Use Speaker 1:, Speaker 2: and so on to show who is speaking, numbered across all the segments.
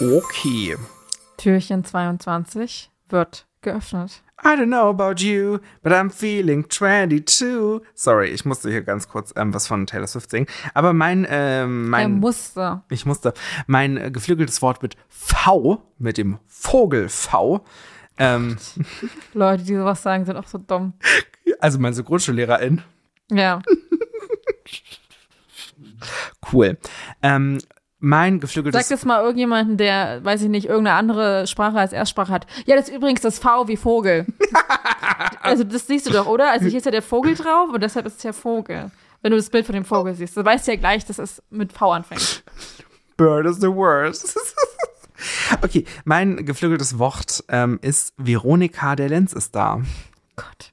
Speaker 1: Okay.
Speaker 2: Türchen 22 wird geöffnet.
Speaker 1: I don't know about you, but I'm feeling 22. Sorry, ich musste hier ganz kurz ähm, was von Taylor Swift singen. Aber mein, ähm,
Speaker 2: Er
Speaker 1: mein,
Speaker 2: musste.
Speaker 1: ich musste, mein äh, geflügeltes Wort mit V, mit dem Vogel V, ähm,
Speaker 2: Leute, die sowas sagen, sind auch so dumm.
Speaker 1: also meine Grundschullehrerin,
Speaker 2: Ja.
Speaker 1: cool. Ähm, mein geflügeltes
Speaker 2: Sag das mal irgendjemanden, der, weiß ich nicht, irgendeine andere Sprache als Erstsprache hat. Ja, das ist übrigens das V wie Vogel. also das siehst du doch, oder? Also hier ist ja der Vogel drauf und deshalb ist es ja Vogel. Wenn du das Bild von dem Vogel siehst, dann weißt du ja gleich, dass es mit V anfängt.
Speaker 1: Bird is the worst. okay, mein geflügeltes Wort ähm, ist Veronika, der Lenz ist da.
Speaker 2: Gott.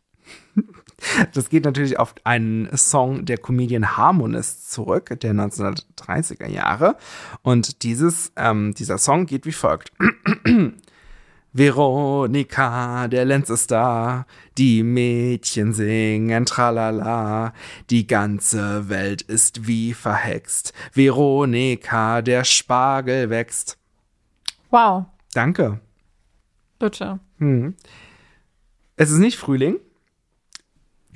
Speaker 1: Das geht natürlich auf einen Song der Comedian Harmonist zurück, der 1930er Jahre. Und dieses, ähm, dieser Song geht wie folgt. Veronika, der Lenz ist da, die Mädchen singen tralala, die ganze Welt ist wie verhext. Veronika, der Spargel wächst.
Speaker 2: Wow.
Speaker 1: Danke.
Speaker 2: Bitte.
Speaker 1: Es ist nicht Frühling.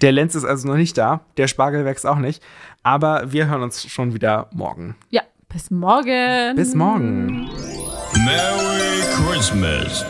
Speaker 1: Der Lenz ist also noch nicht da. Der Spargel wächst auch nicht. Aber wir hören uns schon wieder morgen.
Speaker 2: Ja, bis morgen.
Speaker 1: Bis morgen.
Speaker 3: Merry Christmas.